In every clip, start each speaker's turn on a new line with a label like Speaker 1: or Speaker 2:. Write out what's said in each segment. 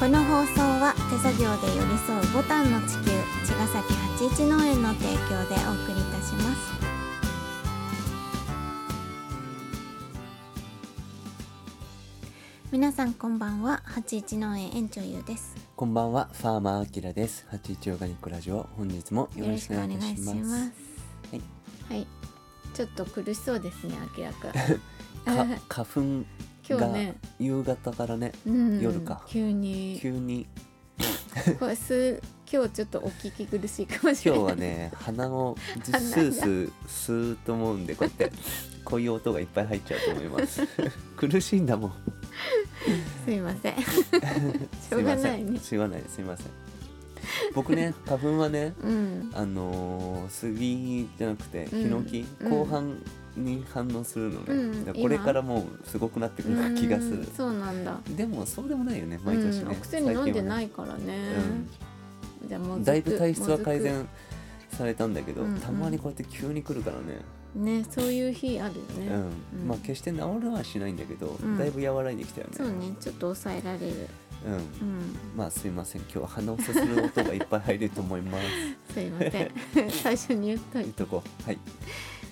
Speaker 1: この放送は手作業で寄り添うボタンの地球茅ヶ崎八一農園の提供でお送りいたします皆さんこんばんは八一農園園長ゆうです
Speaker 2: こんばんは、ファーマーアキラです。八一オーガニックラジオ、本日もよろしくお願いいたします。
Speaker 1: よろしくお願いしますはい、ちょっと苦しそうですね明らかあ
Speaker 2: か花粉
Speaker 1: 今日
Speaker 2: が
Speaker 1: ね
Speaker 2: 夕方からね、
Speaker 1: うん
Speaker 2: 夜か
Speaker 1: 急に
Speaker 2: 急に
Speaker 1: これす今日ちょっとお聞き苦しいかもしれ
Speaker 2: 今
Speaker 1: ない
Speaker 2: 日 はね、鼻をずス
Speaker 1: 鼻が
Speaker 2: ースースーと思うんで、こうやってこういう音がいっぱい入っちゃうと思い ます。苦しいんだもん。
Speaker 1: すいま せんし
Speaker 2: す
Speaker 1: ょ
Speaker 2: いう
Speaker 1: がな
Speaker 2: ませ
Speaker 1: いね
Speaker 2: ん。しょうがない、すいません。僕ね、花粉はね、
Speaker 1: うん
Speaker 2: あのー、杉じゃなくて
Speaker 1: うん
Speaker 2: ヒノキ、
Speaker 1: うん
Speaker 2: 後半に反応するのね、
Speaker 1: うん
Speaker 2: だからこれからもうすごくなってくる気がす
Speaker 1: う
Speaker 2: る
Speaker 1: んそうなんだ
Speaker 2: でもそうでもないよね毎年ね、
Speaker 1: うん、お薬飲んでないいからね、じゃあも
Speaker 2: う、
Speaker 1: うんずく
Speaker 2: だいぶ体質
Speaker 1: も
Speaker 2: は
Speaker 1: ずく
Speaker 2: 改善されたんだけど、
Speaker 1: うんうん
Speaker 2: たまにこうやって急に来るからね、
Speaker 1: ねそういう日あるよ
Speaker 2: う
Speaker 1: ね、
Speaker 2: ん
Speaker 1: うん
Speaker 2: まあ決して治るはしないんだけど、
Speaker 1: ん
Speaker 2: だいぶ和らいできたよね
Speaker 1: そうねちょっと抑えられる
Speaker 2: うん
Speaker 1: うん
Speaker 2: まあすいません今日は鼻をすする音がいっぱい入ると思います
Speaker 1: すいません 最初に言っとい
Speaker 2: 言ってとこうはい、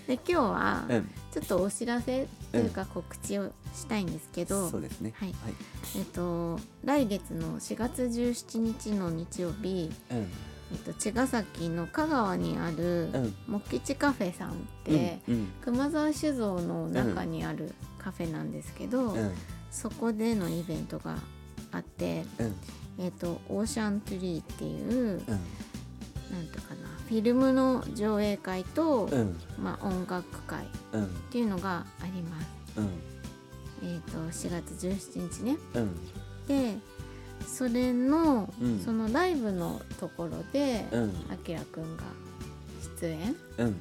Speaker 1: で今日は
Speaker 2: うん、
Speaker 1: ちょっとお知らせというか告知をしたいんですけど、
Speaker 2: そうですね
Speaker 1: はいえっと来月の4月17日の日曜日、えっと、茅ヶ崎の香川にある
Speaker 2: うんうん
Speaker 1: 木吉カフェさんって、
Speaker 2: うんうん
Speaker 1: 熊沢酒造の中にあるカフェなんですけど、
Speaker 2: うん
Speaker 1: そこでのイベントがあって、
Speaker 2: うん
Speaker 1: えっとオーシャントゥリーっていう、
Speaker 2: う
Speaker 1: な
Speaker 2: ん
Speaker 1: んとかなフィルムの上映会と、
Speaker 2: うん
Speaker 1: まあ、音楽会っ
Speaker 2: うん
Speaker 1: ていうのがあります。
Speaker 2: うん
Speaker 1: えっと4月17日ね
Speaker 2: うん
Speaker 1: でそれの、
Speaker 2: うん
Speaker 1: そのライブのところで、
Speaker 2: うん
Speaker 1: あきらくんが出演
Speaker 2: うん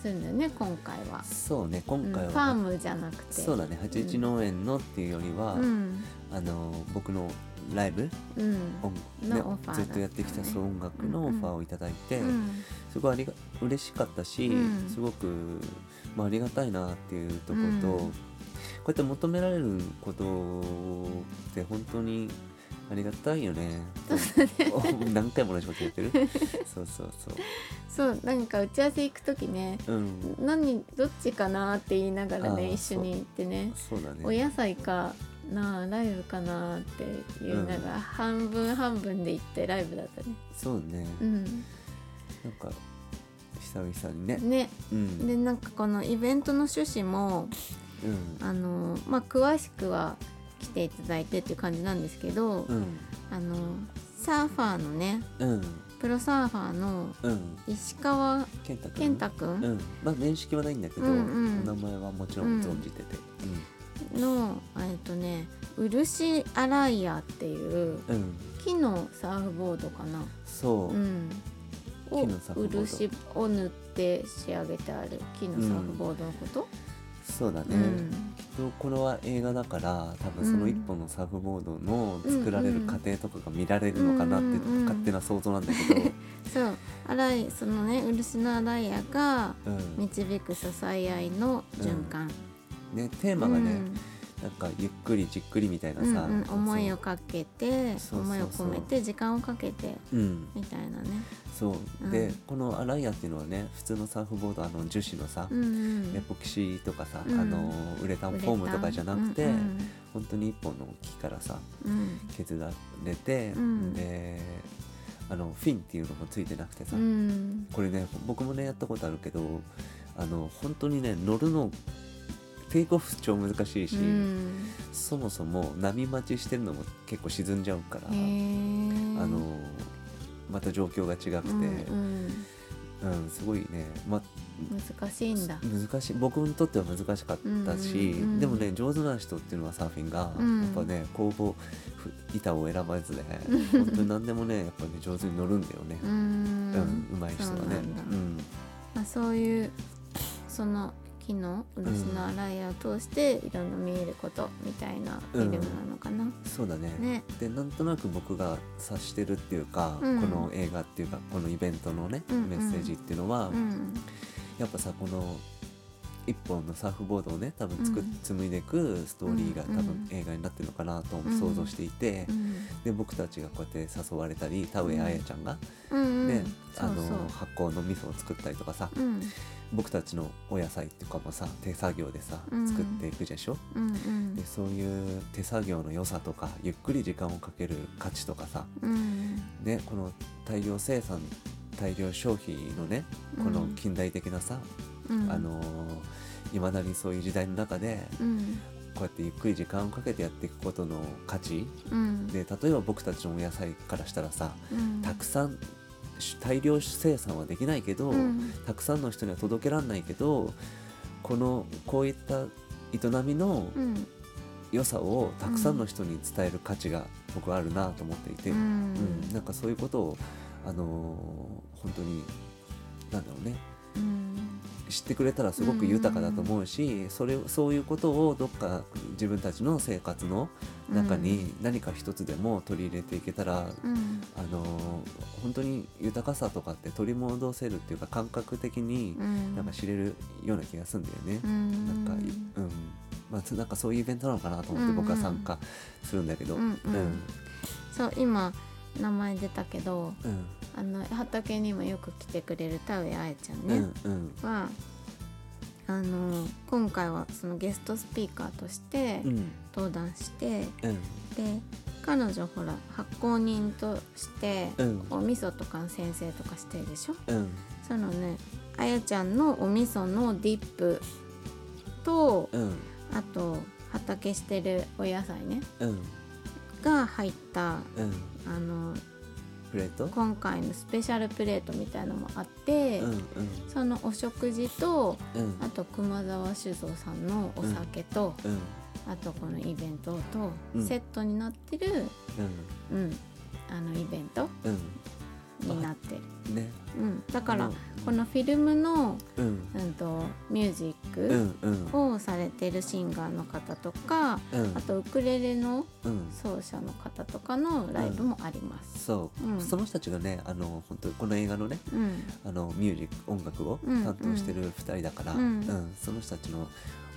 Speaker 1: するんだよね今回は、
Speaker 2: そうね今
Speaker 1: うんフ
Speaker 2: 回
Speaker 1: ァ
Speaker 2: は、
Speaker 1: ームじゃなくて
Speaker 2: そうだね八一農園のっていうよりは、
Speaker 1: うん
Speaker 2: あの僕のライブ
Speaker 1: うん
Speaker 2: 音
Speaker 1: の
Speaker 2: ね
Speaker 1: オファーだった
Speaker 2: ず
Speaker 1: ね
Speaker 2: っとやってきたそう音楽の
Speaker 1: うん
Speaker 2: オ
Speaker 1: うん
Speaker 2: ファーをいただいて、
Speaker 1: うん
Speaker 2: すごいありが嬉しかったし、
Speaker 1: うん
Speaker 2: すごく、まあ、ありがたいなっていうところと、
Speaker 1: うん
Speaker 2: こうやって求められることって本当にありがたいよね。お何回も同じこと言ってる そうそうそ
Speaker 1: そうなんか打ち合わせ行く時ね
Speaker 2: う。うん、
Speaker 1: 何どっちかなって言いながら
Speaker 2: あ
Speaker 1: ね
Speaker 2: ー
Speaker 1: 一緒に行ってね
Speaker 2: そうだね。
Speaker 1: お野菜かなあライブかなあって言いながら、半分半分で行ってライブだったね
Speaker 2: そうね、
Speaker 1: うん
Speaker 2: なんか久々にね。
Speaker 1: ね
Speaker 2: うん、
Speaker 1: でなんかこのイベントの趣旨も
Speaker 2: うん、
Speaker 1: あのまあ詳しくは来ていただいてっていう感じなんですけど、
Speaker 2: うん、
Speaker 1: あのサーファーのね
Speaker 2: うん、
Speaker 1: プロサーファーの
Speaker 2: うん、
Speaker 1: 石川
Speaker 2: 健太君。
Speaker 1: 健太く
Speaker 2: うんん、まあ面識はないんだけど、
Speaker 1: うんうん
Speaker 2: お名前はもちろん存じてて、
Speaker 1: の、えっとね漆アライアっていう
Speaker 2: うん、うん、
Speaker 1: 木のサーフボードかな、
Speaker 2: そう、
Speaker 1: うん、を
Speaker 2: 木のサーフボード
Speaker 1: 漆を塗って仕上げてある木のサーフボードのこと、
Speaker 2: そうだね。
Speaker 1: うん
Speaker 2: きっとこれは映画だから、多分その一本のサーフボードの作られる過程とかが見られるのかなって、
Speaker 1: うんうん
Speaker 2: 勝手な想像なんだけど、
Speaker 1: そうアライそのね漆のアライアが
Speaker 2: うん、
Speaker 1: 導く支え合いの循環、
Speaker 2: ねテーマがね、なんかゆっくりじっくりみたいな
Speaker 1: うん
Speaker 2: さ、
Speaker 1: うんうん、
Speaker 2: そう
Speaker 1: 思いを、かけて
Speaker 2: そうそうそう
Speaker 1: 思いを込めて時間をかけて
Speaker 2: うん、
Speaker 1: みたいなね、
Speaker 2: そう、
Speaker 1: うん
Speaker 2: でこのアライアっていうのはね、普通のサーフボードあの樹脂のさ、
Speaker 1: うんうん、
Speaker 2: エポキシとかさ、
Speaker 1: うん
Speaker 2: あのウレタンフォームとかじゃなくて、
Speaker 1: うん
Speaker 2: 本当に一本の木からさ
Speaker 1: うん
Speaker 2: 削られて、
Speaker 1: うん
Speaker 2: であのフィンっていうのもついてなくてさ、
Speaker 1: うん
Speaker 2: これね僕もねやったことあるけどあの本当にね乗るのテイクオフ超難しいし、
Speaker 1: うん
Speaker 2: そもそも波待ちしてるのも結構沈んじゃうから、
Speaker 1: へー
Speaker 2: あのまた状況が違くて、
Speaker 1: う
Speaker 2: うんん
Speaker 1: うん
Speaker 2: すごいね、ま、
Speaker 1: 難しいんだ。
Speaker 2: 難しい僕にとっては難しかったし、
Speaker 1: うんうんうん
Speaker 2: でもね上手な人っていうのはサーフィンが、
Speaker 1: うん
Speaker 2: やっぱね工房ふ板を選ばずで、本当に何でもねやっぱね上手に乗るんだよね
Speaker 1: う、ん、
Speaker 2: うん上手い人はね
Speaker 1: そうなんだ
Speaker 2: うん
Speaker 1: まあ、そういうその木の漆のアライアを通していろんな見えることみたいなフィルムなのかな。
Speaker 2: そうだね
Speaker 1: ね、
Speaker 2: でなんとなく僕が察してるっていうか、
Speaker 1: うん
Speaker 2: この映画っていうかこのイベントのね、
Speaker 1: うんうん
Speaker 2: メッセージっていうのは、
Speaker 1: うん
Speaker 2: やっぱさこの一本のサーフボードをね多分つく、
Speaker 1: うん
Speaker 2: 紡いでいくストーリーが
Speaker 1: うん
Speaker 2: 多分
Speaker 1: うん
Speaker 2: 映画になってるのかなと
Speaker 1: うん
Speaker 2: 想像していて、
Speaker 1: うん
Speaker 2: で僕たちがこうやって誘われたり田植彩ちゃんが、
Speaker 1: うんうん
Speaker 2: ね
Speaker 1: そ
Speaker 2: あ
Speaker 1: う
Speaker 2: の
Speaker 1: そう
Speaker 2: 発酵の味噌を作ったりとかさ、
Speaker 1: うん
Speaker 2: 僕たちのお野菜とかもさ手作業でさ
Speaker 1: うん
Speaker 2: 作っていくでしょ、
Speaker 1: うんうん
Speaker 2: でそういう手作業の良さとかゆっくり時間をかける価値とかさ、
Speaker 1: うん
Speaker 2: ね、この大量生産大量消費のねこの近代的なさ、
Speaker 1: うん
Speaker 2: あのいまだにそういう時代の中で
Speaker 1: うん
Speaker 2: こうやってゆっくり時間をかけてやっていくことの価値
Speaker 1: うん
Speaker 2: で例えば僕たちのお野菜からしたらさ
Speaker 1: うん
Speaker 2: たくさんし大量生産はできないけど、
Speaker 1: うん
Speaker 2: たくさんの人には届けられないけどこのこういった営みの
Speaker 1: うん
Speaker 2: 良さをたくさんの人に伝える価値が僕はあるなと思っていて、
Speaker 1: う
Speaker 2: うん
Speaker 1: ん
Speaker 2: なんかそういうことを、あのー本当になんだろうね
Speaker 1: うん
Speaker 2: 知ってくれたらすごく豊かだと思うし、それそういうことをどっか自分たちの生活の中に何か一つでも取り入れていけたら、
Speaker 1: うん
Speaker 2: あのー本当に豊かさとかって取り戻せるっていうか感覚的に
Speaker 1: うん
Speaker 2: なんか知れるような気がするんだよね
Speaker 1: う。ん
Speaker 2: なんかいうんまあつなんかそういうイベントなのかなと思って僕は参加するんだけど、
Speaker 1: うんうんそう今名前出たけど
Speaker 2: うん
Speaker 1: あの畑にもよく来てくれる田植えちゃん
Speaker 2: う
Speaker 1: ね、
Speaker 2: んうん
Speaker 1: はあの今回はそのゲストスピーカーとして
Speaker 2: うん
Speaker 1: 登壇して、
Speaker 2: うん
Speaker 1: で彼女ほら発行人として、
Speaker 2: うん
Speaker 1: お味噌とかの先生とかしてるでしょ
Speaker 2: うん
Speaker 1: そのねあやちゃんのお味噌のディップと
Speaker 2: うん
Speaker 1: あと畑してるお野菜ね
Speaker 2: うん
Speaker 1: が入った
Speaker 2: うん
Speaker 1: あの
Speaker 2: プレート
Speaker 1: 今回のスペシャルプレートみたいのもあって、
Speaker 2: うんうん
Speaker 1: そのお食事と
Speaker 2: うん
Speaker 1: あと熊沢酒造さんのお酒と、
Speaker 2: うん
Speaker 1: あとこのイベントと
Speaker 2: うん
Speaker 1: セットになってる、
Speaker 2: う
Speaker 1: うんあのイベント
Speaker 2: ん
Speaker 1: になってる、
Speaker 2: うんね
Speaker 1: うん、だか
Speaker 2: う
Speaker 1: ら
Speaker 2: ん
Speaker 1: このフィルムの、
Speaker 2: うん
Speaker 1: うん、とミュージッ
Speaker 2: う
Speaker 1: ク
Speaker 2: んうん
Speaker 1: をされてるシンガーの方とか
Speaker 2: うん
Speaker 1: あとウクレレの
Speaker 2: うん
Speaker 1: 奏者の方とかのライブもあります。
Speaker 2: そう、
Speaker 1: うん
Speaker 2: その人たちがねあの本当この映画のね
Speaker 1: うん
Speaker 2: あのミュージック音楽を
Speaker 1: うん
Speaker 2: 担当してる2人だから、
Speaker 1: うん
Speaker 2: その人たちの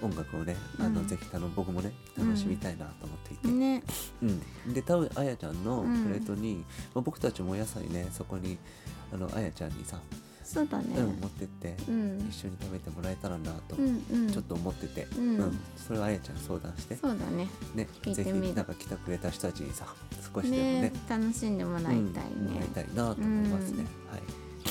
Speaker 2: 音楽をねあの、
Speaker 1: うん
Speaker 2: ぜひあの僕もね楽しみたいなと思っていて、
Speaker 1: ね、
Speaker 2: うん、で多分あやちゃんの
Speaker 1: うん
Speaker 2: プレートに、まあ、僕たちもお野菜ねそこにあのあやちゃんにさ、
Speaker 1: そうだね。
Speaker 2: うん、持ってって、
Speaker 1: うん
Speaker 2: 一緒に食べてもらえたらなと、
Speaker 1: うんうん
Speaker 2: ちょっと思ってて、
Speaker 1: うん
Speaker 2: それはあやちゃんに相談して、
Speaker 1: そうだね。
Speaker 2: ね、
Speaker 1: 聞い
Speaker 2: ぜ
Speaker 1: て
Speaker 2: ひ
Speaker 1: みる
Speaker 2: なんか来てくれた人たちにさ少しでもね
Speaker 1: ね楽しんでもらいたい
Speaker 2: うんもらい
Speaker 1: ね。
Speaker 2: たいなと思いますね、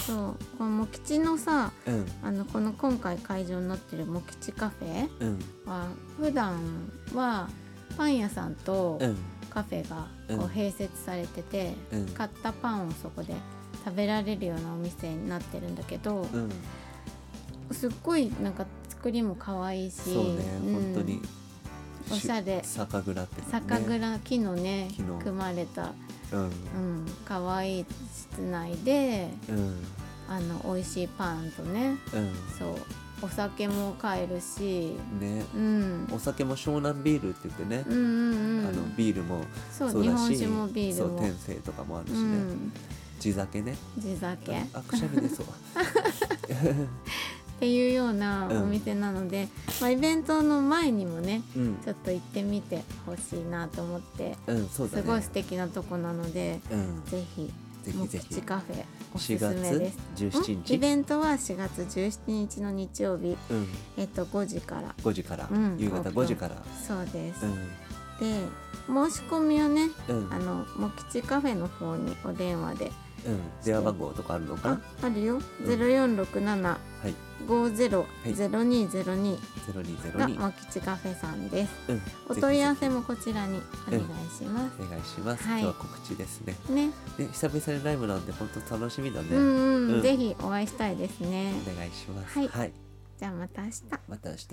Speaker 1: そうこの茂吉のさ
Speaker 2: はいうん
Speaker 1: あのこの今回会場になってる茂吉カフェ
Speaker 2: うん
Speaker 1: は普段はパン屋さんと
Speaker 2: うん
Speaker 1: カフェが
Speaker 2: う
Speaker 1: こ
Speaker 2: ん
Speaker 1: う併設されてて、
Speaker 2: うん
Speaker 1: 買ったパンをそこで食べられるようなお店になってるんだけど、
Speaker 2: うん
Speaker 1: すっごいなんか作りも可愛いし
Speaker 2: そうね、
Speaker 1: うん
Speaker 2: 本当に
Speaker 1: おしゃれ
Speaker 2: 酒蔵ってね
Speaker 1: 酒蔵木のね
Speaker 2: 木の
Speaker 1: 組まれた、
Speaker 2: うん
Speaker 1: うん、可愛い室内で
Speaker 2: うん
Speaker 1: あの美味しいパンとね
Speaker 2: う
Speaker 1: そうお酒も買えるし、
Speaker 2: んね
Speaker 1: うん、
Speaker 2: お酒も湘南ビールって言ってね
Speaker 1: うんう、んうん
Speaker 2: あのビールも
Speaker 1: そう
Speaker 2: そう
Speaker 1: 日
Speaker 2: だ
Speaker 1: 本
Speaker 2: し
Speaker 1: 酒もビール
Speaker 2: そう
Speaker 1: も
Speaker 2: 天性とかもあるし
Speaker 1: う
Speaker 2: ね、
Speaker 1: ん
Speaker 2: 地酒ね
Speaker 1: 地酒っ
Speaker 2: あくしゃみ でそう
Speaker 1: ていうような
Speaker 2: うん
Speaker 1: お店なので、まあ、イベントの前にもね
Speaker 2: うん
Speaker 1: ちょっと行ってみてほしいなと思って、
Speaker 2: うんそうだね
Speaker 1: すごい素敵なとこなので
Speaker 2: うん
Speaker 1: ぜひ
Speaker 2: ぜ
Speaker 1: も
Speaker 2: ひ
Speaker 1: く
Speaker 2: ぜ
Speaker 1: ち
Speaker 2: ひ
Speaker 1: カフェおす
Speaker 2: 4
Speaker 1: すめで
Speaker 2: 月
Speaker 1: す。
Speaker 2: 17
Speaker 1: んイ
Speaker 2: 日
Speaker 1: ベントは4月17日の日曜日、
Speaker 2: うん
Speaker 1: えっと、5時から
Speaker 2: 5時から、
Speaker 1: うん
Speaker 2: 夕方5時から
Speaker 1: そうです、
Speaker 2: う
Speaker 1: で申し込みをね
Speaker 2: んうん
Speaker 1: あの茂吉カフェの方にお電話で
Speaker 2: うん電話番号とかあるのかな
Speaker 1: ああるよ
Speaker 2: ん
Speaker 1: 0467
Speaker 2: はい
Speaker 1: 五ゼロゼロ二ゼロ二が
Speaker 2: 0202
Speaker 1: マキチカフェさんです。
Speaker 2: うん
Speaker 1: お問い合わせ
Speaker 2: ぜ
Speaker 1: もこちらにお願いします
Speaker 2: ひ。ぜひお願いします、
Speaker 1: はい
Speaker 2: 今日は告知ですね
Speaker 1: ね、
Speaker 2: で久々にライブなんで本当楽しみだね、
Speaker 1: うんうん、
Speaker 2: うん
Speaker 1: ぜひお会いしたいですね。
Speaker 2: お願いします
Speaker 1: はい
Speaker 2: はい、
Speaker 1: じゃあまた明日。
Speaker 2: また明日